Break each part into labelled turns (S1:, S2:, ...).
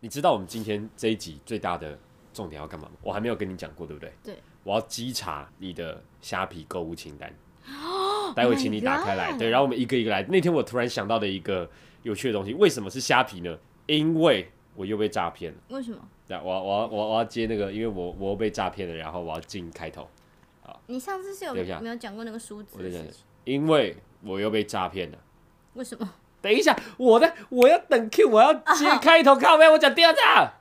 S1: 你知道我们今天这一集最大的重点要干嘛吗？我还没有跟你讲过，对不对？
S2: 对。
S1: 我要稽查你的虾皮购物清单。待会请你打开来。对，然后我们一个一个来。那天我突然想到的一个有趣的东西，为什么是虾皮呢？因为我又被诈骗了。
S2: 为什么？
S1: 那我要我要我要我要接那个，因为我我又被诈骗了，然后我要进开头，
S2: 你上次是有
S1: 等一下
S2: 没有讲过那个数字
S1: 我
S2: 的
S1: 在
S2: 事
S1: 讲
S2: 情？，
S1: 因为我又被诈骗了。
S2: 为什么？
S1: 等一下，我在我要等 Q，我要接开头，靠背，我讲第二啊张。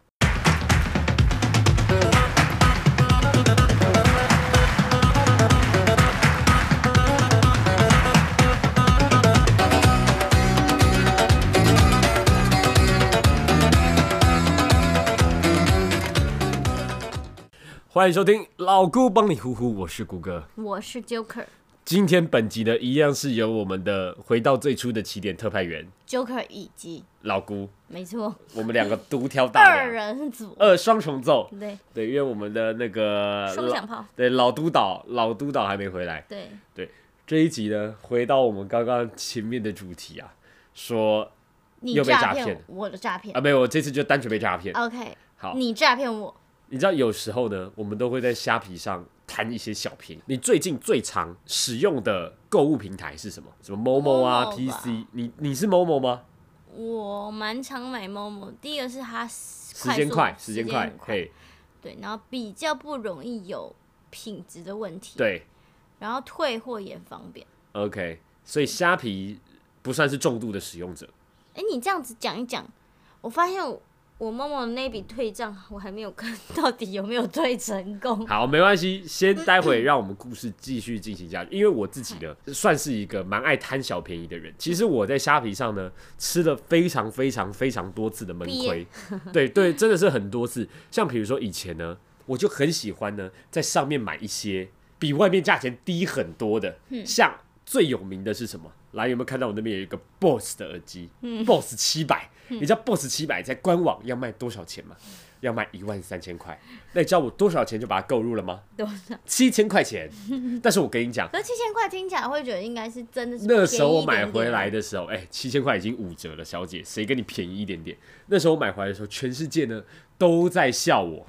S1: 欢迎收听老顾帮你呼呼，我是谷歌。
S2: 我是 Joker。
S1: 今天本集的一样是由我们的回到最初的起点特派员
S2: Joker 以及
S1: 老姑，
S2: 没错，
S1: 我们两个独挑大
S2: 二
S1: 梁，
S2: 人组，
S1: 二双重奏。
S2: 对，
S1: 对，因为我们的那个
S2: 双
S1: 老
S2: 响炮，
S1: 对老督导，老督导还没回来。
S2: 对，
S1: 这一集呢，回到我们刚刚前面的主题啊，说
S2: 你
S1: 又被诈
S2: 诈
S1: 骗
S2: 骗我，我的诈骗
S1: 啊，没有，我这次就单纯被诈骗。
S2: ，OK，
S1: 好，
S2: 你诈骗我，
S1: 你知道有时候呢，我们都会在虾皮上贪一些小便宜。你最近最常使用的购物平台是什么？什么 Momo 啊、
S2: Momo 吧
S1: PC？你你是 Momo 吗？
S2: 我蛮常买 Momo，第一个是它时
S1: 时间快，时
S2: 时
S1: 间快
S2: 很，
S1: 嘿，
S2: 对，然后比较不容易有品质的问题，，
S1: 对
S2: 然后退货也方便。
S1: ，OK，所以虾皮不算是重度的使用者，
S2: 哎、你这样子讲一讲，我发现我我默默那笔退账，我还没有看到底有没有退成功。
S1: 好，没关系，先待会让我们故事继续进行下去。因为我自己呢，算是一个蛮爱贪小便宜的人。其实我在虾皮上呢，吃了非常非常非常多次的闷亏，对对，真的是很多次。像比如说以前呢，我就很喜欢呢，在上面买一些比外面价钱低很多的，像最有名的是什么？来，有没有看到我那边有一个 BOSS 的耳机、b o s s 七百，你知道 BOSS 七百在官网要卖多少钱吗？要卖一万三千块，那你知道我多少钱就把它购入了吗？
S2: 多少？
S1: 七千块钱。但是我跟你讲，
S2: 可是七千块听起来会觉得应该是真的是
S1: 那时候我
S2: 便宜一
S1: 买
S2: 点
S1: 回
S2: 点
S1: 来，的时候，哎、七千块已经五折了，小姐，谁跟你便宜一点点？那时候我买回来的时候，全世界呢都在笑我。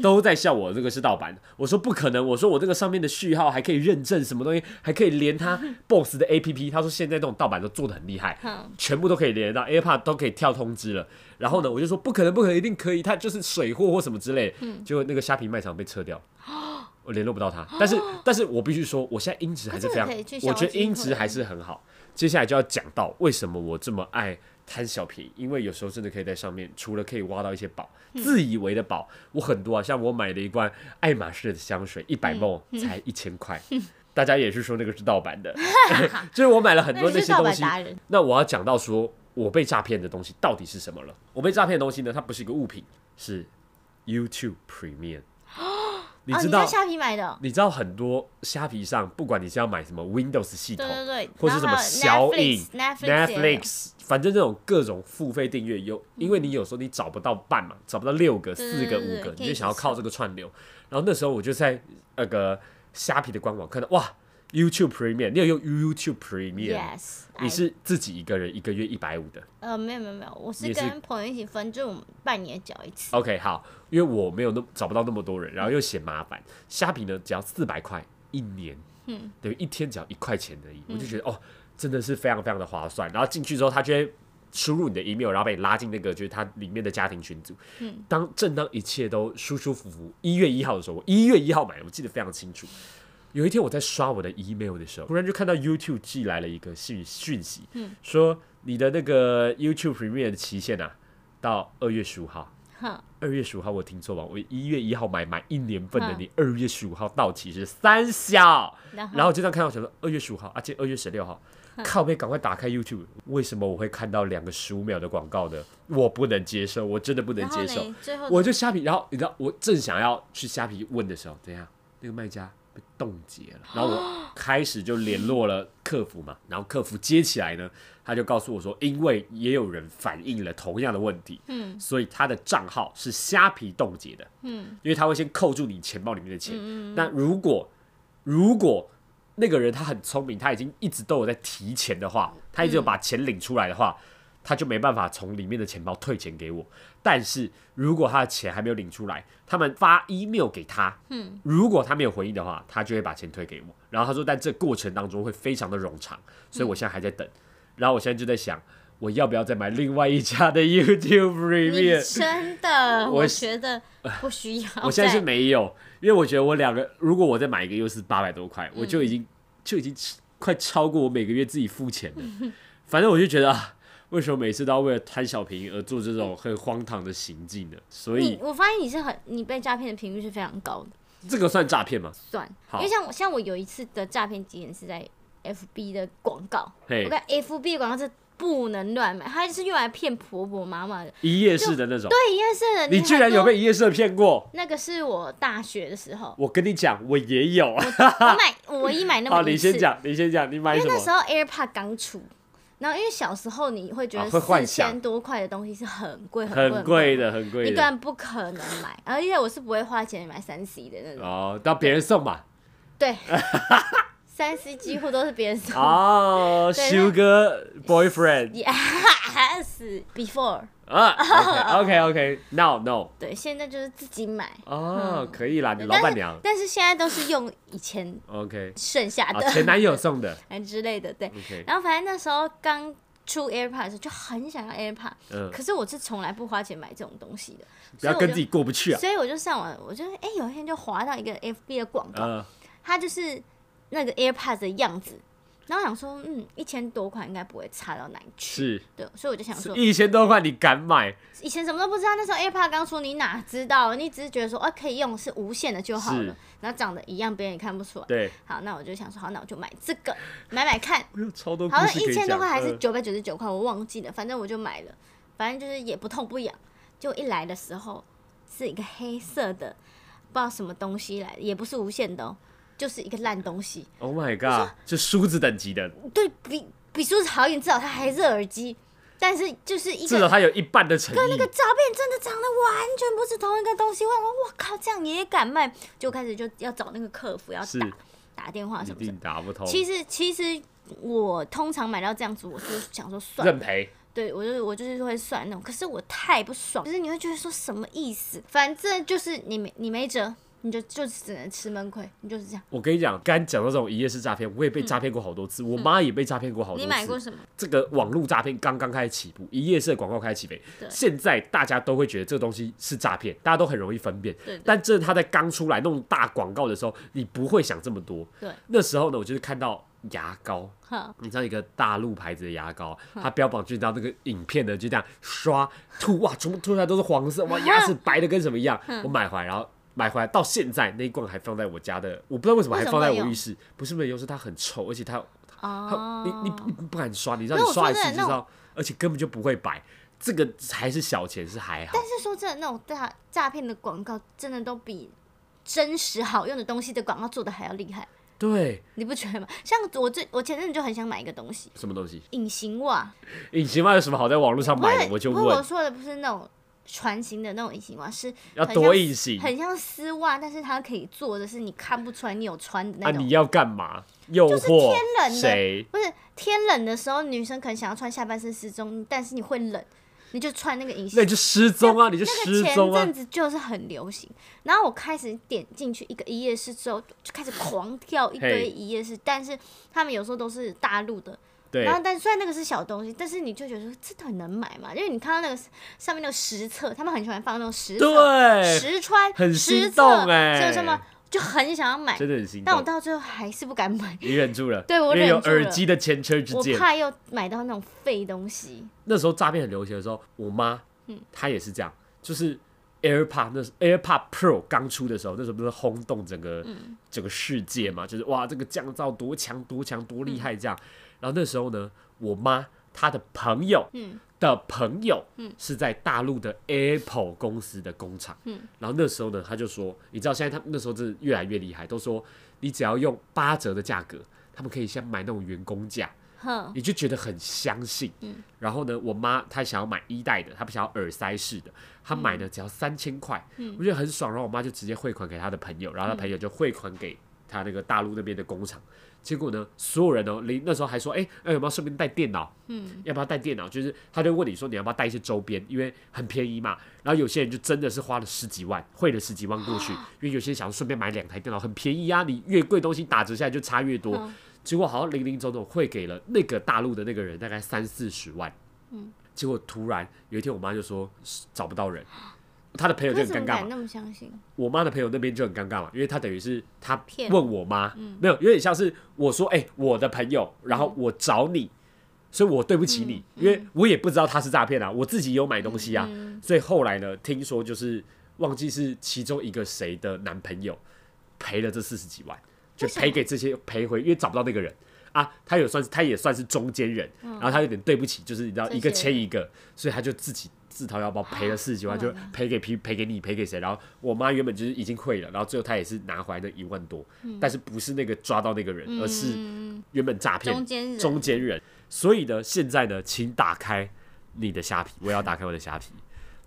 S1: 都在笑我这个是盗版的，我说不可能，我说我这个上面的序号还可以认证什么东西，还可以连它 BOSS 的 APP，他说现在这种盗版都做的很厉害，
S2: 嗯，
S1: 全部都可以连得到 AirPod 都可以跳通知了。然后呢，我就说不可能，不可能，一定可以，它就是水货或什么之类的。
S2: 嗯
S1: 结果那个虾皮卖场被撤 掉，我联络不到他。但是，但是我必须说，我现在音质还是非常
S2: 可是这个可以去，消
S1: 我觉得音
S2: 基
S1: 质
S2: 会
S1: 还是很好。接下来就要讲到为什么我这么爱贪小便宜，因为有时候真的可以在上面，除了可以挖到一些宝，
S2: 嗯
S1: 自以为的宝，我很多啊，像我买了一罐爱马仕的香
S2: 嗯
S1: 水，一百梦才一千块。大家也是说那个是盗版 的， 就是我买了很
S2: 那
S1: 多
S2: 你
S1: 那
S2: 是
S1: 些
S2: 盗
S1: 东
S2: 版
S1: 西，
S2: 达人，
S1: 那我要讲到说，我被诈骗的东西到底是什么了？我被诈骗的东西呢，它不是一个物品，是 YouTube Premium。你知道，
S2: 哦、你在虾皮买的哦，
S1: 你知道很多虾皮上，不管你是要买什么 Windows 系统
S2: 对，对对，
S1: 或是什么小影
S2: Netflix 嗯
S1: Netflix，反正这种各种付费订阅有，因为你有时候你找不到半嘛，找不到六个、
S2: 对
S1: 四个、
S2: 对对
S1: 五个，
S2: 可以
S1: 你就想要
S2: 去
S1: 靠这个串流。然后那时候我就在那个虾皮的官网看到，哇，YouTube Premium，你有用 YouTube Premium？
S2: Yes，哎
S1: 你是自己一个人一个月一百五的
S2: 呃没有没有没有，我
S1: 你
S2: 是
S1: 是哦
S2: 跟朋友一起分，就我们半年缴一次。
S1: ？OK，好，因为我没有那找不到那么多人，然后又嫌麻烦。虾皮呢，只要四百块一年，嗯，等于一天只要一块钱而已，我就觉得哦，真的是非常非常的划算。然后进去之后，他就会输入你的 email，然后把你拉进那个就是它里面的家庭群组。嗯，当正当一切都舒舒服服，一月一号的时候，我一月一号买的，我记得非常清楚。有一天我在刷我的 email 的时候，突然就看到 YouTube 寄来了一个讯讯息，说你的那个 YouTube Premium 的期限啊，到二月十五号。
S2: 哼，
S1: 二月十五号我听错吧？我一月一号买买一年份的，你二月十五号到期是三小，
S2: 然后
S1: 然后我就这样看到想说二月十五号，而且二月十六号，靠背赶快打开 YouTube，为什么我会看到两个十五秒的广告呢？我不能接受，我真的不能
S2: 然后
S1: 接受。
S2: 呢，最后
S1: 我就虾皮，然后你知道，我正想要去虾皮问的时候，怎样？那个卖家被冻结了，然后我开始就联络了客服 嘛，然后客服接起来呢，他就告诉我说，因为也有人反映了同样的问题，
S2: 嗯，
S1: 所以他的账号是虾皮冻结的，
S2: 嗯，
S1: 因为他会先扣住你钱包里面的钱。那如果如果那个人他很聪明，他已经一直都有在提钱的话，他一直有把钱领出来的话，他就没办法从里面的钱包退钱给我。但是如果他的钱还没有领出来，他们发 email 给他，嗯，如果他没有回应的话，他就会把钱退给我。然后他说，但这过程当中会非常的冗长，所以我现在还在等。然后我现在就在想，我要不要再买另外一家的 YouTube
S2: 你
S1: Premium？
S2: 真的，
S1: 我
S2: 我觉得不需要 再。
S1: 我现在是没有，因为我觉得我两个，如果我再买一个又是八百多块，
S2: 嗯
S1: 我就已经就已经快超过我每个月自己付钱 了。反正我就觉得啊，为什么每次都要为了贪小便宜而做这种很荒唐的行径呢？所
S2: 你
S1: 以，
S2: 我发现你是很，你被诈骗的频率是非常高的，
S1: 这个算诈骗吗？
S2: 算。
S1: 好
S2: 因为像我，像我有一次的诈骗经验是在 FB 的广告，
S1: 嘿
S2: 我，看 FB 的广告是不能乱买，他就是用来骗婆婆妈妈的。
S1: 一夜式的那种，
S2: 对，因为是
S1: 你居然有被一夜式的骗过？
S2: 那个是我大学的 时候，
S1: 我跟你讲，我也有。啊
S2: 我买我唯一买 那
S1: 好，
S2: 么
S1: 你
S2: 一次，
S1: 先讲，你先讲，你买
S2: 因
S1: 什
S2: 为那时
S1: 么？
S2: 候 AirPod 刚出，然后因为小时候你会觉
S1: 啊
S2: 得
S1: 会幻
S2: 四
S1: 想
S2: 千多块的东西是很贵
S1: 很
S2: 贵
S1: 贵，的，很
S2: 你
S1: 贵
S2: 根
S1: 的。
S2: 本不可能买，而且我是不会花钱买三 C 的那种，
S1: 哦，当别人送 嘛。
S2: 对，三 C 几乎都是别人送。
S1: 哦
S2: 对那
S1: ，Sugar Boyfriend。
S2: Yes, before。
S1: 啊，OK OK OK，No No，
S2: 对，现在就是自己买，
S1: 哦，可以啦，你
S2: 对
S1: 老板娘
S2: 嗯但是现在都是用以前
S1: ，OK，
S2: 剩下
S1: 啊
S2: 的，
S1: 前男友送的
S2: 哎之类的，对。
S1: ，OK，
S2: 然后反正那时候刚出 AirPod 的时候，就很想要 AirPod，、
S1: 嗯，
S2: 可是我是从来不花钱买这种东西的，
S1: 不要跟自己过不去啊，
S2: 所以我就上网，我就哎、有一天就滑到一个 FB 的广告，
S1: 呃，
S2: 它就是那个 AirPod 的样子，然后我想说，嗯，一千多块应该不会差到哪里去，
S1: 是
S2: 对，所以我就想说，
S1: 一千多块你敢买？
S2: 以前什么都不知道，那时候 AirPod 刚出，你哪知道？你只是觉得说，哦、可以用，是无线的就好
S1: 是
S2: 了，然后长得一样，别人也看不出来。
S1: 对，
S2: 好，那我就想说，好，那我就买这个，买买看。
S1: 我有超多故
S2: 好像
S1: 事可
S2: 一
S1: 以
S2: 千
S1: 讲，
S2: 多块还是
S1: 呃
S2: 九百九十九块，我忘记了，反正我就买了，反正就是也不痛不痒。就一来的时候是一个黑色的，不知道什么东西来的，也不是无线的、哦，就是一个烂东西。
S1: ，Oh my God，就梳子等级的，
S2: 对比比梳子好一点，至少它还是耳机，但是就是一
S1: 至少
S2: 个。
S1: 它有一半的诚
S2: 那
S1: 意
S2: 个，照片真的长得完全不是同一个东西，我想说我靠，这样你也敢卖？就开始就要找那个客服，要
S1: 是
S2: 打打电话
S1: 一
S2: 什么的。
S1: 定打不通，
S2: 其实其实我通常买到这样子，我是想说算了
S1: 认，赔，
S2: 对我就是我就是会算那种，可是我太不爽，就是你会觉得说什么意思？反正就是你没你没辙，你就就只能吃闷亏，你就是这样。
S1: 我跟你讲，刚讲到这种一夜式诈骗，我也被诈骗过好多次，我妈也被诈骗过好多
S2: 嗯你
S1: 次，
S2: 买过什么？
S1: 这个网络诈骗刚刚开始起步，一夜式的广告开始起飞，
S2: 对
S1: 现在大家都会觉得这个东西是诈骗，大家都很容易分辨。
S2: 对对
S1: 但这它在刚出来那种大广告的时候，你不会想这么多。
S2: 对，
S1: 那时候呢，我就是看到牙膏，
S2: 哈，
S1: 你知道一个大陆牌子的牙 膏，它标榜就到那个影片的就这样刷吐哇，全部吐出来都是黄色，哇， 牙齿白的跟什么一样。我买回来，然后买回来到现在那一罐还放在我家的，我不知道为什么还
S2: 为什么
S1: 放在
S2: 会
S1: 我
S2: 有
S1: 浴室，不是没有，是它很臭，而且它
S2: 哦
S1: 它，你你你不敢刷，你知道
S2: 没有
S1: 你刷一
S2: 我
S1: 次
S2: 说真
S1: 就
S2: 的
S1: 知道，而且根本就不会摆，这个还是小钱是还好
S2: 但，是说真的，那种大诈骗的广告真的都比真实好用的东西的广告做的还要厉害，
S1: 对，
S2: 你不觉得吗？像我最我前阵子就很想买一个东西，
S1: 什么东西？
S2: 隐形袜，
S1: 隐形袜有什么好在网络上
S2: 不
S1: 买
S2: 是
S1: 的？我就
S2: 不是我
S1: 问，
S2: 说的不是那种船型的那种隐形袜，是
S1: 要
S2: 很
S1: 多
S2: 像
S1: 隐形啊
S2: 很像丝袜，但是它可以做的是你看不出来你有穿的
S1: 啊？
S2: 那种。
S1: 你要干嘛？诱
S2: 就是
S1: 惑
S2: 天冷的
S1: 谁？
S2: 不是天冷的时候，女生可能想要穿下半身失踪，但是你会冷，你就穿那个隐
S1: 那
S2: 形
S1: 你。就失踪啊！你就
S2: 那
S1: 失
S2: 个前
S1: 踪啊
S2: 阵！子就是很流行，然后我开始点进去一个一页式之后，就开始狂跳一堆
S1: 嘿
S2: 一页式，但是他们有时候都是大陆的，
S1: 对
S2: 然，后但虽然那个是小东西，但是你就觉得说这到底能买吗？因为你看到那个上面那个实测，他们很喜欢放那种实测、
S1: 对，
S2: 实穿、
S1: 很心
S2: 实
S1: 动
S2: 测，
S1: 哎
S2: 就什么就很想要买，
S1: 真的很心
S2: 但我
S1: 动。
S2: 到最后还是不敢买，
S1: 你忍住了，
S2: 对我
S1: 因为
S2: 忍
S1: 有
S2: 住
S1: 耳
S2: 了
S1: 机的前车之
S2: 我
S1: 鉴。
S2: 怕又买到那种废东西。
S1: 那时候诈骗很流行的时候，我妈，她也是这样，就是 AirPod 那时 AirPod Pro 刚出的时候，那时候不是轰动整个、整个世界嘛，就是哇，这个降噪多强多强多厉害这样。然后那时候呢，我妈她的朋友，的朋友，是在大陆的 Apple 公司的工厂，然后那时候呢，她就说，你知道现在他们那时候真的越来越厉害，都说你只要用八折的价格，他们可以先买那种员工价。
S2: 哼，
S1: 你就觉得很相信。然后呢，我妈她想要买一代的，她不想要耳塞式的，她买的只要三千块，我觉得很爽。然后我妈就直接汇款给她的朋友，然后她朋友就汇款给他那个大陆那边的工厂。结果呢，所有人哦，连那时候还说，哎、哎，有没有顺便带电脑？嗯，要不要带电脑？就是他就问你说你要不要带一些周边，因为很便宜嘛。然后有些人就真的是花了十几万，汇了十几万过去，因为有些人想要顺便买两台电脑，很便宜啊。你越贵东西打折下来就差越多。
S2: 嗯
S1: 结果好像零零总总汇给了那个大陆的那个人大概三四十万。嗯，结果突然有一天，我妈就说找不到人，她的朋友就
S2: 为
S1: 很尴
S2: 什么
S1: 尬嘛
S2: 敢。那么相信？
S1: 我妈的朋友那边就很尴尬嘛，因为她等于是她
S2: 骗嗯
S1: 问我妈，没有有点像是我说，哎、我的朋友，然后我找你，所以我对不起你，
S2: 嗯
S1: 因为我也不知道他是诈骗啊，我自己有买东西啊，
S2: 嗯
S1: 所以后来呢，听说就是忘记是其中一个谁的男朋友赔了这四十几万，就
S2: 为什么
S1: 赔给这些赔回，因为找不到那个人。啊，他有算是他也算是中间人，然后他有点对不起，就是你知道
S2: 嗯这
S1: 一个
S2: 些
S1: 签一个，所以他就自己自掏腰包赔了四十几
S2: 啊
S1: 万，就
S2: 嗯
S1: 赔给赔赔给你赔给谁？然后我妈原本就是已经汇了，然后最后她也是拿回来那一万多，
S2: 嗯
S1: 但是不是那个抓到那个人，而是原本诈骗
S2: 中间人
S1: 中间人。所以呢，现在呢，请打开你的虾皮，我也要打开我的虾皮。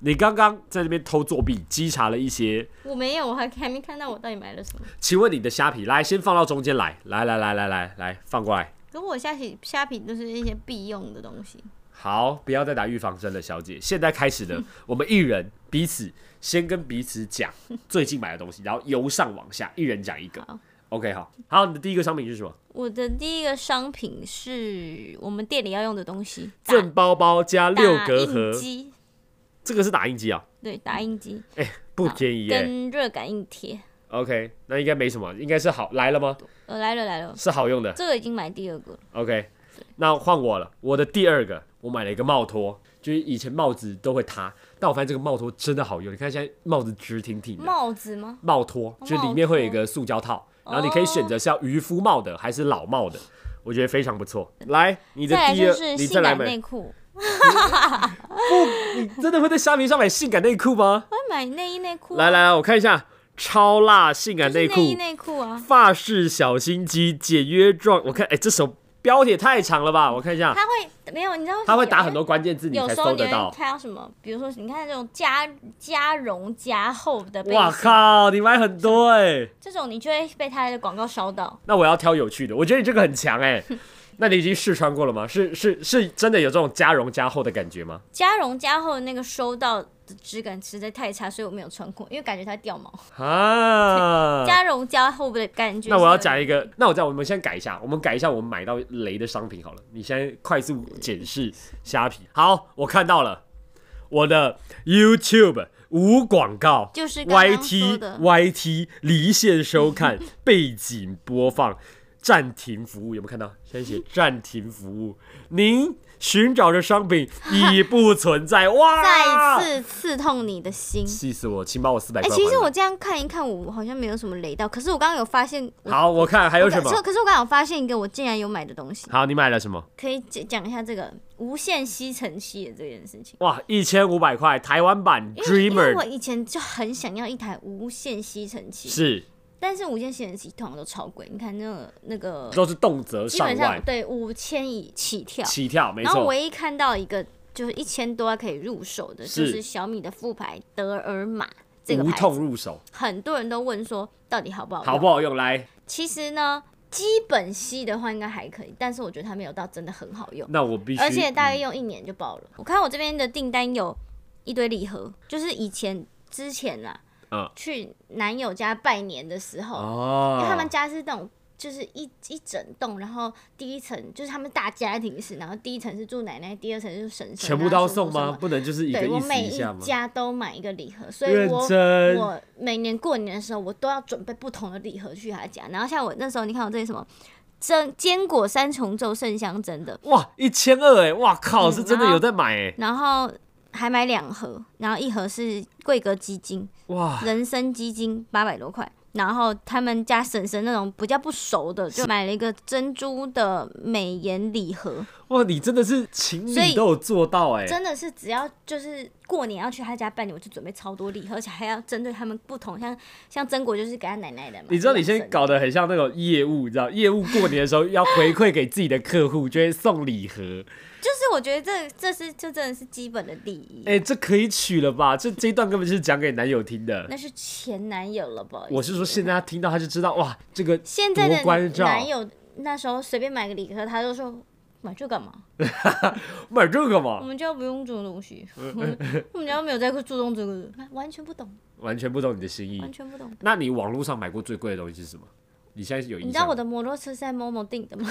S1: 你刚刚在那边偷作弊，稽查了一些，
S2: 我没有，我还还没看到我到底买了什么。
S1: 请问你的虾皮来先放到中间来，来来来来来来放过来，
S2: 可我虾皮虾皮都是一些必用的东西，
S1: 好，不要再打预防针了，小姐。现在开始呢，我们一人彼此先跟彼此讲最近买的东西，然后由上往下，一人讲一个
S2: 好。
S1: OK，好，好，你的第一个商品是什么？
S2: 我的第一个商品是我们店里要用的东西，打
S1: 正包包加六
S2: 打
S1: 格
S2: 印
S1: 盒，
S2: 机，
S1: 这个是打印机啊，
S2: 对，打印机
S1: 不便宜耶、
S2: 跟热感应贴。
S1: OK，那应该没什么，应该是好来了吗？
S2: 呃，来了来了，
S1: 是好用的。
S2: 这个已经买第二个了，
S1: OK，那换我了。我的第二个，我买了一个帽托，就是以前帽子都会塌，但我发现这个帽托真的好用。你看现在帽子直挺挺的，
S2: 帽子吗？
S1: 帽托，
S2: 哦
S1: 就里面会有一个塑胶套，然后你可以选择是要渔夫帽的还是老帽的，我觉得非常不错。来，你的
S2: 哦再来
S1: 第
S2: 就
S1: 二，
S2: 是
S1: 你
S2: 性
S1: 再来
S2: 感
S1: 买
S2: 内，裤，
S1: 你真的会在虾皮上买性感内裤吗？
S2: 我买内衣内裤啊、
S1: 来来，来我看一下，超辣性感内
S2: 就是内衣
S1: 裤，
S2: 内裤啊，
S1: 发式小心机，简约壮，我看，哎，这首标题太长了吧？我看一下，
S2: 它会没有，你知道
S1: 啊它会打
S2: 有
S1: 很多关键字，你
S2: 有
S1: 才
S2: 时候
S1: 搜
S2: 你
S1: 得
S2: 会
S1: 到。
S2: 看到什么？比如说，你看这种加加绒加厚的背
S1: 哇
S2: 心，
S1: 靠，你买很多哎、
S2: 这种你就会被它的广告烧到。
S1: 那我要挑有趣的，我觉得你这个很强哎、那你已经试穿过了吗？是是是真的有这种加绒加厚的感觉吗？
S2: 加绒加厚的那个收到的质感实在太差，所以我没有穿过，因为感觉它掉毛。
S1: 啊，
S2: 加绒加厚的感觉。
S1: 那我要讲，一个，那我这样，我们先改一下，我们改一下我们买到雷的商品好了。你先快速检视虾皮。好，我看到了我的 YouTube 无广告，
S2: 就是刚刚说
S1: YT
S2: 的
S1: YT 离线收 看，背景播放，暂停服务有没有看到？先 写暂停服务。您寻找的商品已不存在，哇！
S2: 再次刺痛你的心。
S1: 气死我，请把我四百
S2: 哎、
S1: 块还我。
S2: 其实我这样看一看，我好像没有什么雷到。可是我刚刚有发现，我
S1: 好，我看还有什
S2: 我可是
S1: 么？
S2: 可是我刚刚有发现一个我竟然有买的东西，
S1: 好，你买了什么？
S2: 可以讲讲一下这个无线吸尘器的这件事情。
S1: 哇，一千五百块，台湾版
S2: 因为因为我
S1: Dreamer
S2: 以前就很想要一台无线吸尘器，
S1: 是
S2: 但是无线吸尘器通常都超贵。你看那个那个，
S1: 都是动辄
S2: 基
S1: 上
S2: 本上
S1: 万
S2: 对五千以起跳。
S1: 起跳，没
S2: 然后
S1: 错
S2: 唯一看到一个就是一千多可以入手的，就是是小米的副牌德尔玛这个
S1: 无
S2: 牌
S1: 痛
S2: 子，
S1: 入手，
S2: 很多人都问说到底好不好用？
S1: 好不好用？来，
S2: 其实呢，基本吸的话应该还可以，但是我觉得它没有到真的很好用，
S1: 那我必须，嗯
S2: 而且大概用一年就爆了。我看我这边的订单有一堆礼盒，就是以前之前啊，
S1: 嗯
S2: 去男友家拜年的时候，因
S1: 哦
S2: 为，他们家是那种就是一一整栋，然后第一层就是他们大家庭式，然后第一层是住奶奶，第二层是婶婶啊，
S1: 全部都要送
S2: 什么
S1: 吗？？不能就是一
S2: 什么
S1: 个
S2: 对我
S1: 意思
S2: 每
S1: 一下吗？
S2: 家都买一个礼盒，所以
S1: 认
S2: 我
S1: 真
S2: 我每年过年的时候，我都要准备不同的礼盒去他家。然后像我那时候，你看我这里什么真坚果三重奏圣香真的，
S1: 哇，一千二哎，哇靠，
S2: 嗯
S1: 是真的有在买哎，
S2: 然后还买两盒，然后一盒是桂格鸡精，
S1: 哇，
S2: 人参鸡精八百多块，然后他们家婶婶那种比较不熟的，就买了一个珍珠的美颜礼盒，
S1: 哇，你真的是情
S2: 所以
S1: 侣都有做到哎、
S2: 真的是只要就是过年要去他家拜年，我就准备超多礼盒，而且还要针对他们不同，像像曾国就是给他奶奶的嘛。
S1: 你知道你
S2: 先
S1: 先搞得很像那种业务，你知道业务过年的时候要回馈给自己的客户，就会送礼盒。
S2: 就是我觉得这这是这真的是基本的礼仪，
S1: 哎、这可以取了吧？这这一段根本就是讲给男友听的。
S2: 那是前男友了吧？
S1: 我是说，现在他听到他就知道，哇，这个
S2: 现在的
S1: 多关照
S2: 男友那时候随便买个礼盒，他就说买这干嘛？
S1: 买这个
S2: 我
S1: 嘛，
S2: 们家不用这种东 西，我们家没有在注重这个，完全不懂，
S1: 完全不懂你的心意。
S2: 完全不懂。
S1: 那你网络上买过最贵的东西是什么？你现在有印象？
S2: 你知道我的摩托车是在某某订的吗？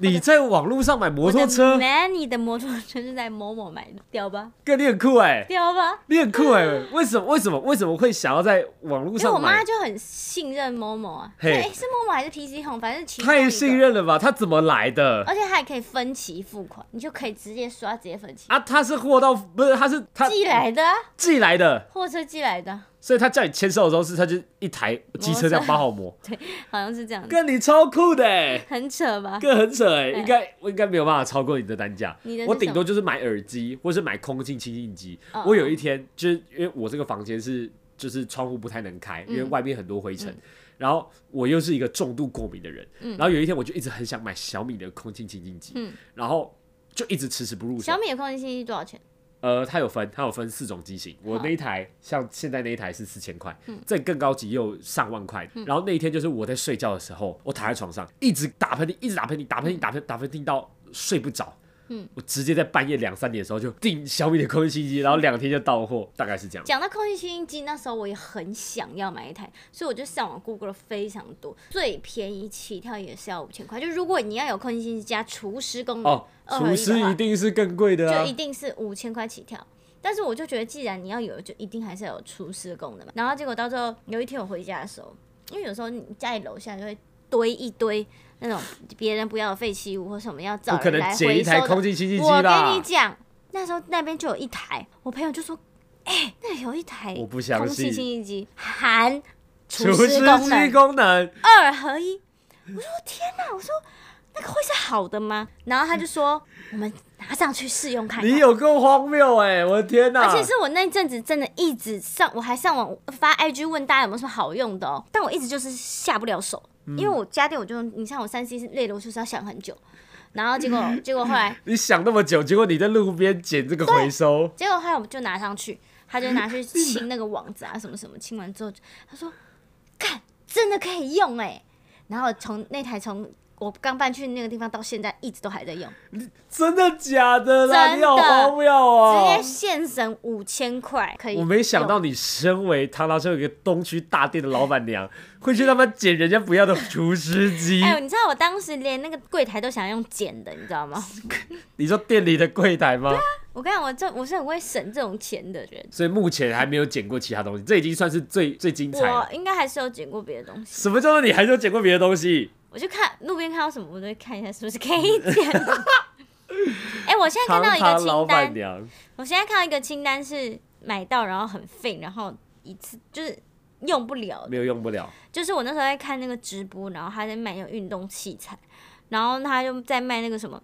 S1: 你在网络上买摩托
S2: 我
S1: 车
S2: 的，Manny 的摩托车是在某某买的，屌吧，
S1: 更练酷哎、
S2: 屌吧。
S1: 你很酷哎、为什么？为什么？为什么会想要在网络
S2: 因为我
S1: 上
S2: 妈
S1: 买？
S2: 就很信任某某啊，
S1: 嘿
S2: 对，诶是某某还是 PC 红，反正是其中一个
S1: 太信，任了吧？他怎么来的？
S2: 而且还可以分期付款，你就可以直接刷，直接分期，
S1: 啊，他是货到不是？他是他
S2: 寄来的啊、
S1: 寄来的，
S2: 货车寄来的啊，
S1: 所以他叫你签售的时候是他就一台机车这样八号膜，
S2: 好像是这样，
S1: 跟你超酷的哎、
S2: 很扯吧？
S1: 更很扯哎、
S2: 对
S1: 应该我应该没有办法超过你的单价
S2: 你的，是
S1: 我
S2: 什
S1: 顶
S2: 么
S1: 多就是买耳机或是买空气清净机
S2: 哦。
S1: 我有一天就是因为我这个房间是就是窗户不太能开，
S2: 嗯
S1: 因为外面很多灰尘，然后我又是一个重度过敏的人，然后有一天我就一直很想买小米的空气清净机
S2: 嗯，
S1: 然后就一直迟迟不入手
S2: 小。米的空气清新机多少钱？
S1: 呃，它有分，它有分四种机型。我那一台像现在那一台是四千块，
S2: 嗯
S1: 再更高级也有上万块。然后那一天就是我在睡觉的时候，我躺在床上一直打喷嚏，一直打喷嚏，打喷嚏，打喷嚏打喷嚏到睡不着。
S2: 嗯，
S1: 我直接在半夜两三点的时候就订小米的空气机，然后两天就到货，大概是这样。
S2: 讲到空气清新机，那时候我也很想要买一台，所以我就上网 Google 了非常多，最便宜起跳也是要五千块。就如果你要有空气清新机加除湿功能，
S1: 哦，
S2: 二合
S1: 厨师
S2: 的话
S1: 一定是更贵的
S2: 就
S1: 啊
S2: 一！定是五千块起跳。但是我就觉得，既然你要有，就一定还是要有除湿功能嘛。然后结果到最后有一天我回家的时候，因为有时候你家里楼下就会堆一堆那种别人不要的废弃物或什么要找
S1: 不可
S2: 人来
S1: 能 捡一
S2: 回收
S1: 台
S2: 的。
S1: 空气清净机
S2: 我跟
S1: 吧
S2: 你？讲，那时候那边就有一台，我朋友 就说：“哎、那里有一台
S1: 我不相
S2: 空气
S1: 信
S2: 清新机含除
S1: 厨
S2: 湿功
S1: 机
S2: 能
S1: 功能，
S2: 二合一。”我说：“天哪！”我说：“那个会是好的吗？”然后他就说：“我们拿上去试用看看。”
S1: 你有够荒谬哎！我的天哪！
S2: 而且是我那一阵子真的一直上，我还上网发 IG 问大家有没有什么好用的哦，但我一直就是下不了手，
S1: 嗯
S2: 因为我家电我就你像我三 C 类的，我就是要想很久，然后结果 结果后来
S1: 你想那么久，结果你在路边捡这个回收，
S2: 结果后来我们就拿上去，他就拿去清那个网子啊什么什么，清完之后就他说，看真的可以用哎、然后从那台从我刚搬去那个地方到现在一直都还在用，
S1: 真的假的啦？
S2: 真的
S1: 你好荒谬哦
S2: 直接！现省五千块可以。
S1: 我没想到。你身为堂堂身为一个东区大店的老板娘，会去他妈捡人家不要的厨师机。
S2: 哎呦，你知道我当时连那个柜台都想用剪的，你知道吗？
S1: 你说店里的柜台 吗？
S2: 我跟你讲，我这我是很会省这种钱的人，
S1: 所以目前还没有捡过其他东西，这已经算是最最精彩
S2: 我
S1: 了。
S2: 应该还是有捡过别的东西。
S1: 什么叫做你还没有捡过别的东西？
S2: 我就看路边看到什么，我就会看一下是不是可以捡。 哎、我现在
S1: 堂
S2: 看到一个
S1: 堂老
S2: 清
S1: 板
S2: 单，
S1: 娘，
S2: 我现在看到一个清单是买到然后很废，然后一次就是用不了的
S1: 没有用不了。
S2: 就是我那时候在看那个直播，然后他在卖那个运动器材，然后他就在卖那个什么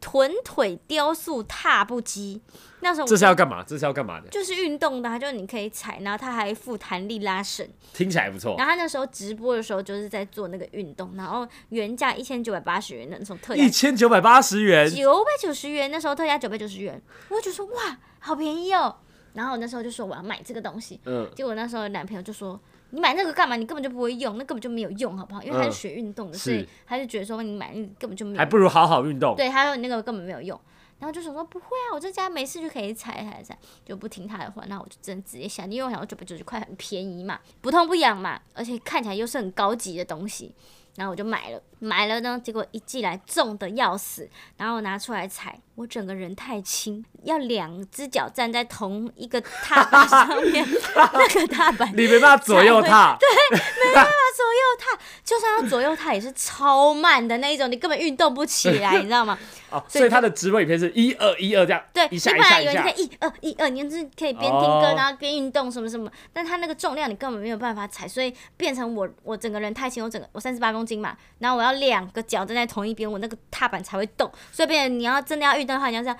S2: 臀腿雕塑踏步机，那时候我
S1: 这是要干嘛？这是要干嘛的？
S2: 就是运动的，它就你可以踩，然后它还附弹力拉绳。
S1: 听起来不错
S2: 然，后他那时候直播的时候就是在做那个运动，然后原价一千九百八十元，那时候特价
S1: 一千九百八十元，
S2: 九百九十元，那时候特价九百九十元，我就说哇，好便宜哦。然后我那时候就说我要买这个东西，
S1: 嗯，
S2: 结果那时候男朋友就说你买那个干嘛？你根本就不会用，那根本就没有用，好不好？因为他是
S1: 嗯
S2: 学运动的，
S1: 是
S2: 所以他就觉得说你买那个根本就没有
S1: 还不如好好运动。
S2: 对，他说你那个根本没有用。然后就想说不会啊，我在家没事就可以踩踩踩，就不听他的话。那我就真的直接下定，因为我想说九百九十块很便宜嘛，不痛不痒嘛，而且看起来又是很高级的东西。然后我就买了，买了呢，结果一寄来重的要死，然后我拿出来踩，我整个人太轻，要两只脚站在同一个踏板上面，那个踏板
S1: 你没办法左右踏，
S2: 他左右踏，就算要左右踏也是超慢的那一种，你根本运动不起来，你知道吗？
S1: 哦，所
S2: 所以
S1: 以
S2: 就
S1: 他的直播影片是一二一二这样，
S2: 对，
S1: 一
S2: 你
S1: 下
S2: 本
S1: 一下
S2: 来
S1: 一
S2: 以为你
S1: 下
S2: 可，以一二一二，你就是可以边听歌
S1: 哦
S2: 然后边运动什么什么，但他那个重量你根本没有办法踩，所以变成我我整个人太轻，我整个我三十八公斤嘛，然后我要两个脚站在同一边，我那个踏板才会动，所以变成你要真的要运动的话，你要这样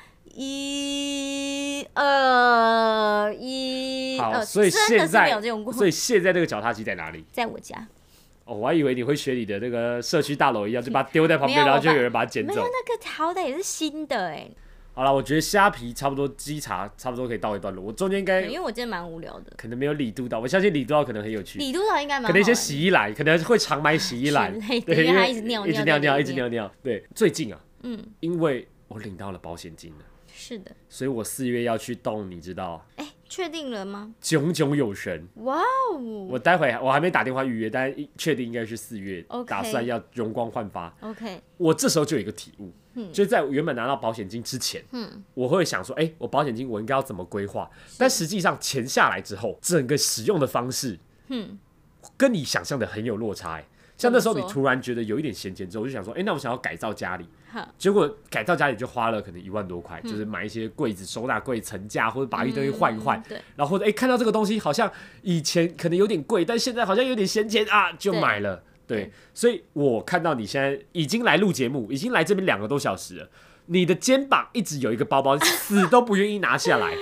S2: 一二一
S1: 好，
S2: 二，
S1: 所以
S2: 呃
S1: 现
S2: 真的是没
S1: 在
S2: 有用过，
S1: 所以现在这个脚踏机在哪里？
S2: 在我家
S1: 哦，我还以为你会学你的那个社区大楼一样，就把它丢在旁边，
S2: 没有
S1: 然后就
S2: 我把
S1: 有人把它捡
S2: 没
S1: 走
S2: 有。那个好歹也是新的哎、
S1: 好了，我觉得虾皮差不多基茶差不多可以到一段落，我中间应该
S2: 因为我真的蛮无聊的，
S1: 可能没有李督导，我相信李督导可能很有趣，
S2: 李督导应该蛮
S1: 可能一些
S2: 好玩的
S1: 洗衣篮，可能会常买洗衣篮
S2: 之类，的
S1: 对，
S2: 因为
S1: 因
S2: 他
S1: 为
S2: 一直尿
S1: 一直尿
S2: 尿在
S1: 尿，
S2: 里
S1: 一直
S2: 面
S1: 尿尿。对，最近啊，
S2: 嗯，
S1: 因为我领到了保险金了，
S2: 是的，
S1: 所以我四月要去动，你知道，
S2: 哎、确定了吗？
S1: 炯炯有神。
S2: 哇哦
S1: 我待会我还没打电话预约，但一确定应该是四月
S2: OK
S1: 打算要容光焕发。
S2: ，OK，
S1: 我这时候就有一个体悟，就是在我原本拿到保险金之前，
S2: 嗯
S1: 我会想说，哎、我保险金我应该要怎么规划？但实际上钱下来之后，整个使用的方式
S2: 嗯，
S1: 跟你想象的很有落差、哎，像那时候你
S2: 怎么说
S1: 突然觉得有一点闲钱之后，我就想说，哎、那我想要改造家里，
S2: 好，
S1: 结果改造家里就花了可能一万多块，就是买一些柜子、收纳柜、层架，或者把一堆东西换一换
S2: 嗯。对，
S1: 然后或者哎，看到这个东西好像以前可能有点贵，但现在好像有点闲钱啊，就
S2: 对
S1: 买了。对
S2: 对，
S1: 所以我看到你现在已经来录节目，已经来这边两个多小时了，你的肩膀一直有一个包包，死都不愿意拿下 来。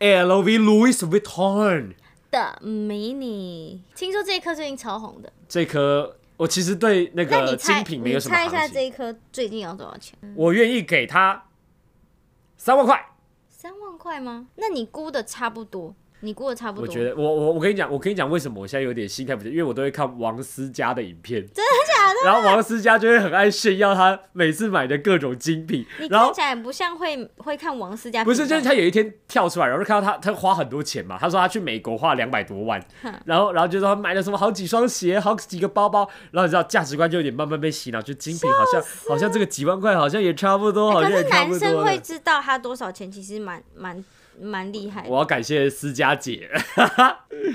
S1: LV Louis Vuitton
S2: 的迷你，听说这一颗最近超红的，
S1: 这颗，我其实对那
S2: 那你
S1: 个
S2: 猜，
S1: 精品没有什么
S2: 你猜一下
S1: 行
S2: 这
S1: 情，
S2: 一颗最近要多少钱？
S1: 我愿意给他三万块。
S2: 三万块吗？那你估的差不多，你估的差不
S1: 我
S2: 多，
S1: 觉得，我我我跟你讲，我跟你讲，为什么我现在有点心态不对，因为我都会看王思佳的影片，真的假的？然后王思佳就会很爱炫耀她每次买的各种精品
S2: 你，
S1: 然
S2: 看
S1: 后
S2: 起来不像会会看王思佳频道，
S1: 不是，就是她有一天跳出来，然后就看到她她花很多钱嘛，她说她去美国花两百多万，然后然后就说她买了什么好几双鞋，好几个包包，然后你知道价值观就有点慢慢被洗脑，就精品好像好像这个几万块好像也差不多，好
S2: 哎可
S1: 像也
S2: 是
S1: 差
S2: 男
S1: 不
S2: 生
S1: 多
S2: 会
S1: 了。
S2: 知道他多少钱，其实蛮蛮蛮厉害的
S1: 我，要感谢思佳姐，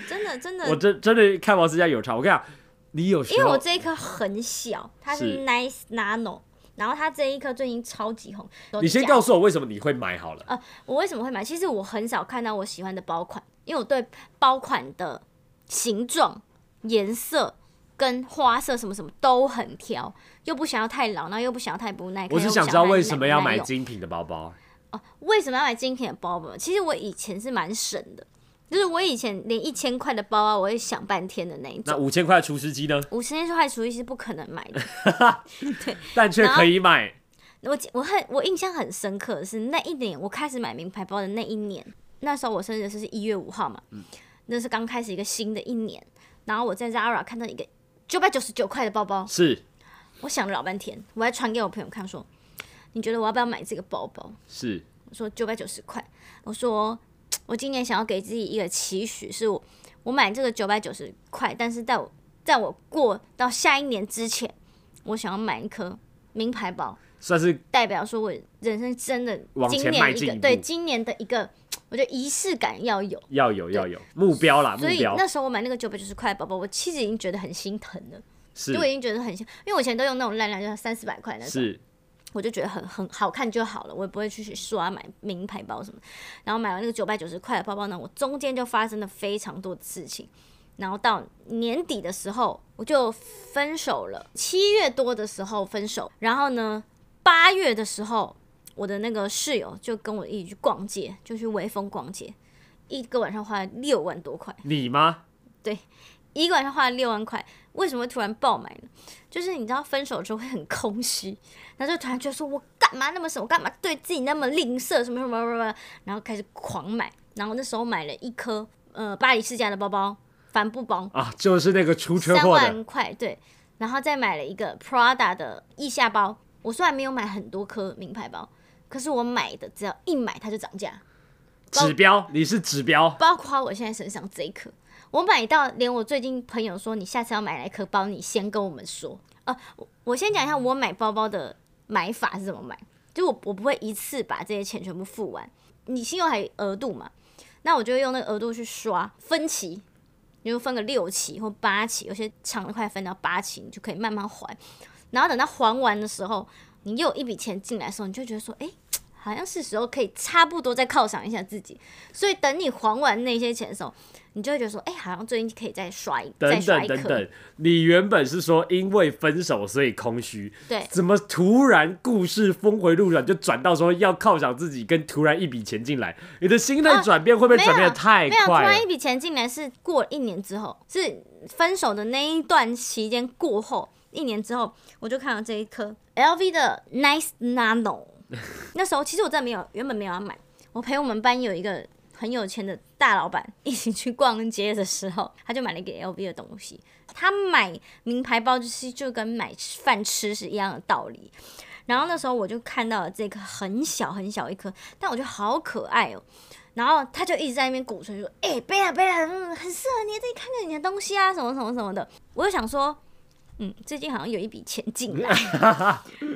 S2: 真的真的，
S1: 我真真的看王思佳有差，我跟你讲，你有时
S2: 嗯因为
S1: 候
S2: 我这一颗很小，它
S1: 是
S2: 是 Nice Nano，然后它这一颗最近超级红。
S1: 你先告诉我为什么你会买好了。
S2: 我为什么会买？其实我很少看到我喜欢的包款，因为我对包款的形状、颜色跟花色什么什么都很挑，又不想要太老，然后又不想要太不耐看。
S1: 我是
S2: 又不
S1: 想
S2: 想
S1: 知道
S2: 要太
S1: 为什么要
S2: 耐
S1: 买
S2: 用
S1: 精品的包包。
S2: 哦，为什么要买精品的包包？其实我以前是蛮省的，就是我以前连一千块的包啊，我会想半天的那一
S1: 那
S2: 种。
S1: 五千块的除湿机呢？
S2: 五十天坏厨艺是不可能买的，
S1: 但却可以买。
S2: 我记我很我印象很深刻的是那一年我开始买名牌包的那一年，那时候我生日是一月五号嘛，那是刚开始一个新的一年，然后我在 Zara 看到一个九百九十九块的包包，
S1: 是
S2: 我想了老半天，我还传给我朋友看说，你觉得我要不要买这个包包？
S1: 是，
S2: 我说九百九十块，我说我今年想要给自己一个期许，是我我买这个九百九十块，但是在我在我过到下一年之前，我想要买一颗名牌包。
S1: 算是
S2: 代表说我人生真的
S1: 往前
S2: 今
S1: 迈
S2: 年一
S1: 进一
S2: 个
S1: 步
S2: 对今年的一个，我觉得仪式感要有。
S1: 要有要有目标啦，目
S2: 所以
S1: 标
S2: 那时候我买那个九百九十块的包包，我其实已经觉得很心疼了，
S1: 是
S2: 就我已经觉得很心，因为我以前都用那种烂烂，就是三四百块那种，
S1: 是
S2: 我就觉得很很好看就好了，我也不会去刷买名牌包什么。然后买完那个九百九十块的包包呢，我中间就发生了非常多的事情。然后到年底的时候，我就分手了。七月多的时候分手，然后呢，八月的时候，我的那个室友就跟我一起去逛街，就去微风逛街，一个晚上花了六万多块。
S1: 你吗？
S2: 一个晚上花了六万块，为什么会突然爆买呢？就是你知道分手之后会很空虚，然后就突然觉得说我干嘛那么省，我干嘛对自己那么吝啬，什么什么什么什么，然后开始狂买，然后那时候买了一颗呃巴黎世家的包包，帆布包，
S1: 啊，就是那个出车
S2: 三
S1: 祸的
S2: 万块，对，然后再买了一个 Prada 的腋下包。我虽然没有买很多颗名牌包，可是我买的只要一买它就涨价，
S1: 指标，你是指标，
S2: 包括我现在身上这一颗，我买到连我最近朋友说，你下次要买来颗包，你先跟我们说。呃，我我先讲一下我买包包的买法是怎么买，就我我不会一次把这些钱全部付完，你信用还有额度嘛，那我就会用那个额度去刷分期，你就分个六期或八期，有些长的快分到八期，你就可以慢慢还。然后等到还完的时候，你又有一笔钱进来的时候，你就觉得说，哎、好像是时候可以差不多再犒赏一下自己。所以等你还完那些钱的时候，你就会觉得说，哎、好像最近可以再刷一再
S1: 等
S2: 刷
S1: 等
S2: 一
S1: 等
S2: 颗，
S1: 等，你原本是说因为分手所以空虚，
S2: 对
S1: 怎么突然故事峰回路转就转到说要犒赏自己，跟突然一笔钱进来，你的心态
S2: 啊
S1: 转变会不会
S2: 没
S1: 转变
S2: 有
S1: 的太
S2: 没有，突
S1: 快
S2: 然
S1: 了
S2: 一？笔钱进来是过了一年之后，是分手的那一段期间过后，一年之后我就看到这一颗 LV 的 Nice Nano。那时候其实我真的没有，原本没有要买。我陪我们班有一个很有钱的大老板一起去逛街的时候，他就买了一个 LV 的东西。他买名牌包就是就跟买吃饭吃是一样的道理。然后那时候我就看到了这颗很小很小一颗，但我觉得好可爱哦。然后他就一直在那边鼓吹说：“哎、贝拉贝拉，嗯，很适合你，自己看看你的东西啊，什么什么什么的。”我就想说，嗯，最近好像有一笔钱进来，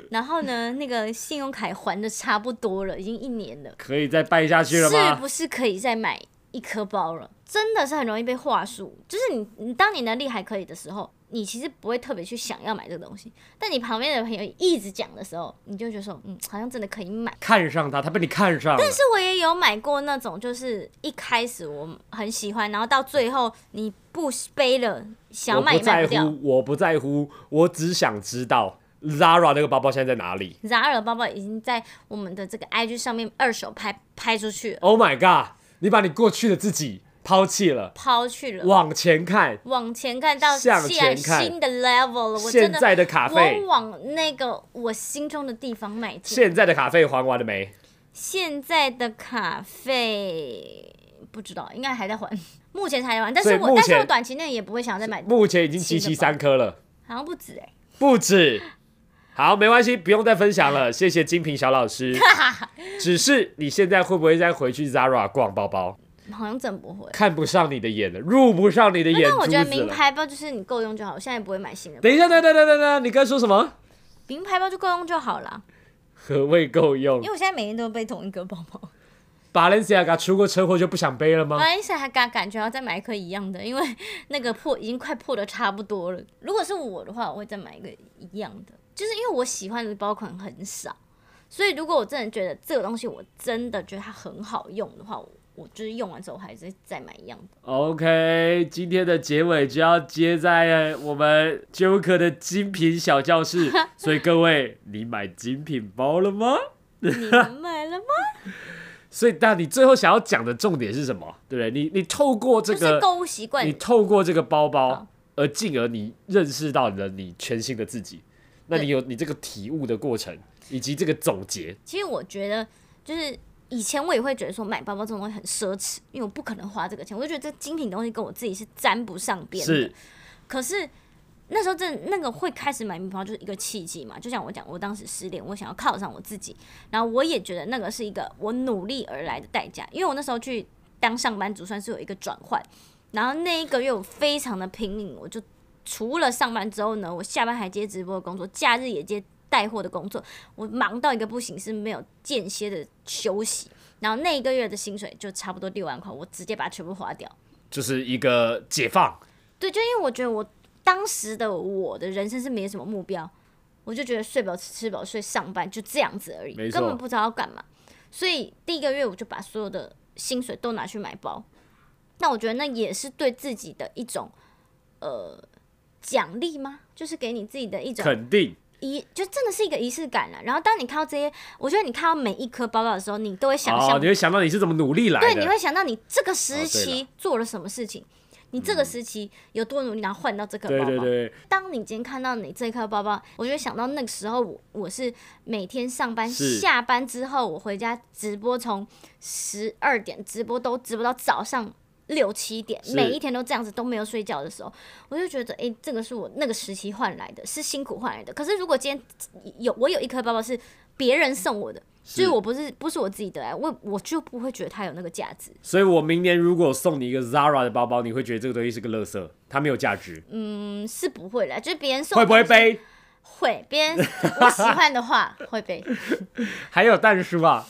S2: 然后呢，那个信用卡也还的差不多了，已经一年了，
S1: 可以再掰下去了
S2: 是
S1: 吗？
S2: 不是可以再买一颗包了？真的是很容易被话术，就是你，你当你能力还可以的时候，你其实不会特别去想要买这个东西，但你旁边的朋友一直讲的时候，你就觉得说，嗯，好像真的可以买。
S1: 看上他，他被你看上了
S2: 但。是我也有买过那种，就是一开始我很喜欢，然后到最后你不背了，想要
S1: 我
S2: 卖
S1: 不
S2: 也卖
S1: 在
S2: 不掉。
S1: 乎，我不在乎，我只想知道 Zara 那个包包现在在哪里。
S2: Zara 的包包已经在我们的这个 IG 上面二手拍拍出去了，
S1: Oh my god！你把你过去的自己抛弃了，
S2: 抛去了。
S1: 往前看，
S2: 往前看到
S1: 向
S2: 现在
S1: 前看
S2: 新的 level 了，我
S1: 现
S2: 真的
S1: 在的卡费
S2: 我，往那个我心中的地方迈进。
S1: 现在的卡费还完了没？
S2: 现在的卡费不知道，应该还在还，目前还在还，但
S1: 所
S2: 是
S1: 以
S2: 我
S1: 目
S2: 但是
S1: 前
S2: 我短期内也不会想要再买，
S1: 目前已经集齐三颗了，
S2: 好像不止哎、
S1: 不止。好，没关系，不用再分享 了，谢谢金平小老师。只是你现在会不会再回去 Zara 逛包包？
S2: 好像真不会。
S1: 看不上你的眼了，入不上你的眼
S2: 但啊我
S1: 珠
S2: 觉得
S1: 子
S2: 名
S1: 了。
S2: 牌包就是你够用就好，我现在也不会买新的。
S1: 等一下，等一下等等等等，你刚说什么？
S2: 名牌包就够用就好了，
S1: 何谓够用
S2: 因为我现在每天都背同一个包
S1: 哦
S2: 包。
S1: ？Balenciaga 出过车祸就不想背了
S2: 我
S1: 吗？
S2: 还还敢感觉要再买一颗一样的，因为那个破已经快破的差不多了。如果是我的话，我会再买一个一样的，就是因为我喜欢的包款很少，所以如果我真的觉得这个东西我真的觉得它很好用的话，我我就是用完之后还是再买一样的。
S1: OK，今天的结尾就要接在我们 Joker 的精品小教 室，所以各位，你买精品包了吗？
S2: 你们买了吗？
S1: 所以，那你最后想要讲的重点是什么？对不对？你你透过这
S2: 就是
S1: 个，
S2: 购物习惯
S1: 你，透过这个包包
S2: 好，
S1: 而进而你认识到了你全新的自己。那
S2: 对
S1: 你有你这个体悟的过程，以及这个总结，
S2: 其实我觉得，就是以前我也会觉得说买包包这种东西很奢侈，因为我不可能花这个钱，我就觉得这精品东西跟我自己是沾不上边的。
S1: 是
S2: 可是那时候真的那个会开始买名牌包就是一个契机嘛，就像我讲，我当时失恋，我想要犒赏我自己，然后我也觉得那个是一个我努力而来的代价，因为我那时候去当上班族算是有一个转换，然后那一个月我非常的拼命，我就除了上班之后呢，我下班还接直播的工作，假日也接带货的工作，我忙到一个不行，是没有间歇的休息。然后那一个月的薪水就差不多六万块，我直接把它全部花掉。
S1: 就是一个解放。
S2: 对，就因为我觉得我当时的我的人生是没什么目标，我就觉得睡饱吃吃饱睡上班就这样子而已，
S1: 没
S2: 根
S1: 错
S2: 本不知道要干嘛。所以第一个月我就把所有的薪水都拿去买包，那我觉得那也是对自己的一种呃奖励吗？就是给你自己的一种
S1: 肯定，
S2: 仪，就真的是一个仪式感啊了。然后当你看到这些，我觉得你看到每一颗包包的时候，你都会想象
S1: 哦，你会想到你是怎么努力来的，
S2: 哦对，你会想到你这个
S1: 哦对
S2: 时
S1: 了
S2: 期做了什么事情，你这个时期有多努力，然后换到这个包
S1: 对
S2: 包。
S1: 对对，
S2: 当你今天看到你这颗包包，我就会想到那个时候我我是每天上班
S1: 是
S2: 下班之后，我回家直播，从十二点直播都直播到早上。六七点，
S1: 是
S2: 每一天都这样子都没有睡觉的时候，我就觉得，诶，这个是我那个时期换来的，是辛苦换来的。可是如果今天有我有一颗包包是别人送我的，所以我不是不是我自己的来，我我就不会觉得它有那个价值。
S1: 所以我明年如果送你一个 Zara 的包包，你会觉得这个东西是个垃圾，它没有价值，
S2: 嗯，是不会啦，就是别人送
S1: 会不会
S2: 我东西？
S1: 背？
S2: 会，别人 我喜欢的话会背。
S1: 还有蛋叔啊，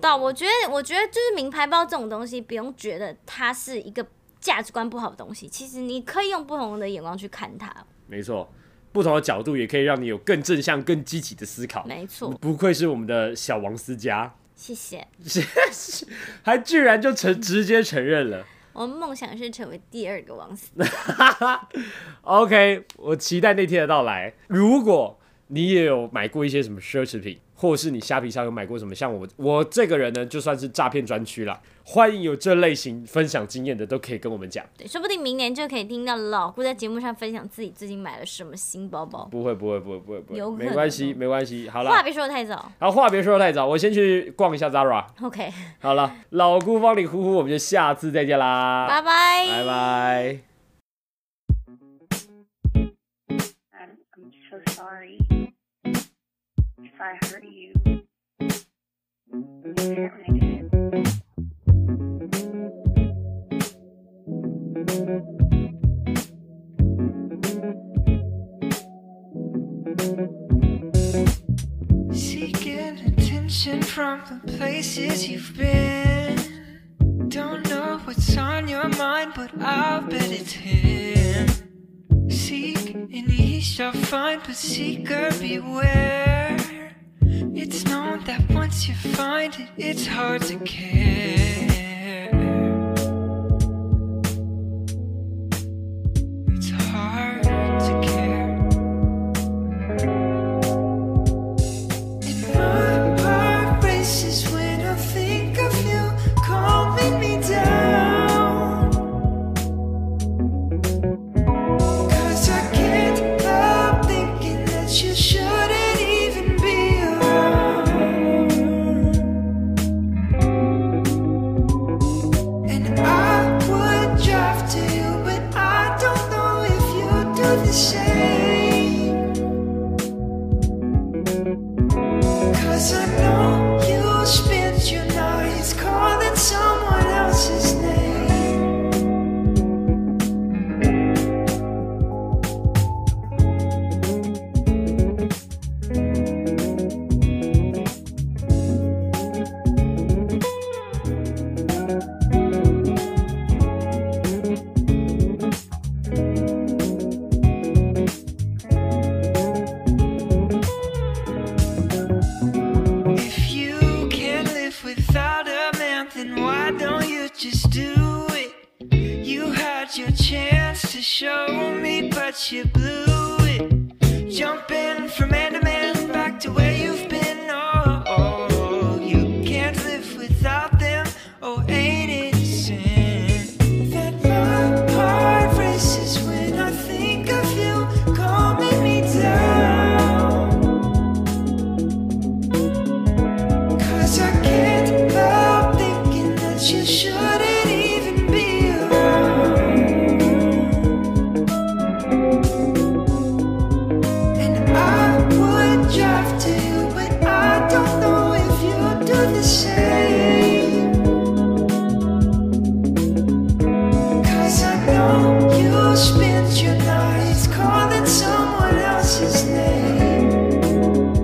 S2: 对啊，我觉得，我觉得就是名牌包这种东西，不用觉得它是一个价值观不好的东西，其实你可以用不同的眼光去看它。
S1: 没错，不同的角度也可以让你有更正向、更积极的思考。
S2: 没错，
S1: 不愧是我们的小王思佳，
S2: 谢谢。
S1: 还居然就承直接承认了。
S2: 我们梦想是成为第二个王思，
S1: OK，我期待那天的到来。如果你也有买过一些什么奢侈品，或者是你虾皮上有买过什么，像我我这个人呢，就算是诈骗专区啦，欢迎有这类型分享经验的都可以跟我们讲。
S2: 对，说不定明年就可以听到老顾在节目上分享自己最近买了什么新包包。
S1: 不会不会不会不会不
S2: 有
S1: 会，
S2: 可
S1: 没
S2: 能
S1: 关系
S2: 哦
S1: 没关系，好
S2: 话
S1: 啦，
S2: 别说的太早
S1: 好话别说的太早，我先去逛一下 Zara。
S2: ，OK，
S1: 好了，老姑帮你呼呼，我们就下次再见啦，
S2: 拜拜，
S1: 拜拜。
S3: I'm, I'm so sorry if I hurt you. Apparently I did.
S4: Seeking attention from the places you've been. Don't know what's on your mind, but I'll bet it's him. Seek and ye shall find, but seeker beware. It's known that once you find it, it's hard to care. It's hard to care. And my heart races when I think of you calming me down. 'Cause I can't help thinking that you shouldn't even be around. And I would drive to you, but I don't know if you do the same. Cause I know you spent your nights calling someone else's name. If you can't live without a man, then why don't you just do it? You had your chance to show me, but you blew it. Jumping from man to man back to where you've been. Oh, oh, you can't live without them. Oh, ain't it a sin that my heart races when I think of you calming me down? Cause I can't help thinking that you shouldn't even be around. And I would drive to you, but I don't know if you do the same. Cause I know you spend your nights calling someone else's name.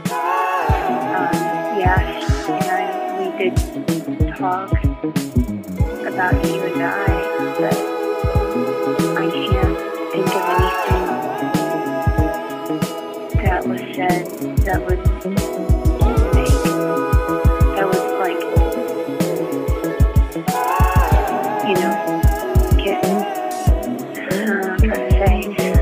S3: Um, yes, and I, we did talk about you and I, but I can't think of anything that was said that would make, that was like, you know, get, I don't know what I'm trying to say.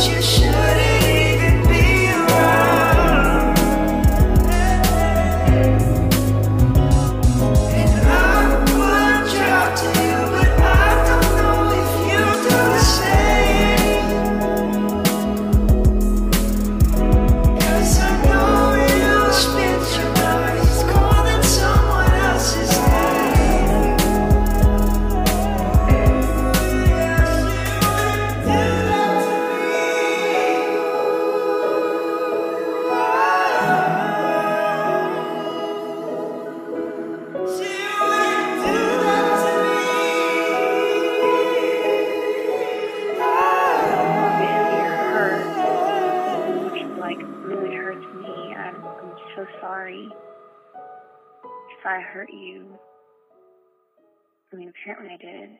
S4: Shouldn't even be around.
S3: if I hurt you. I mean, apparently I did.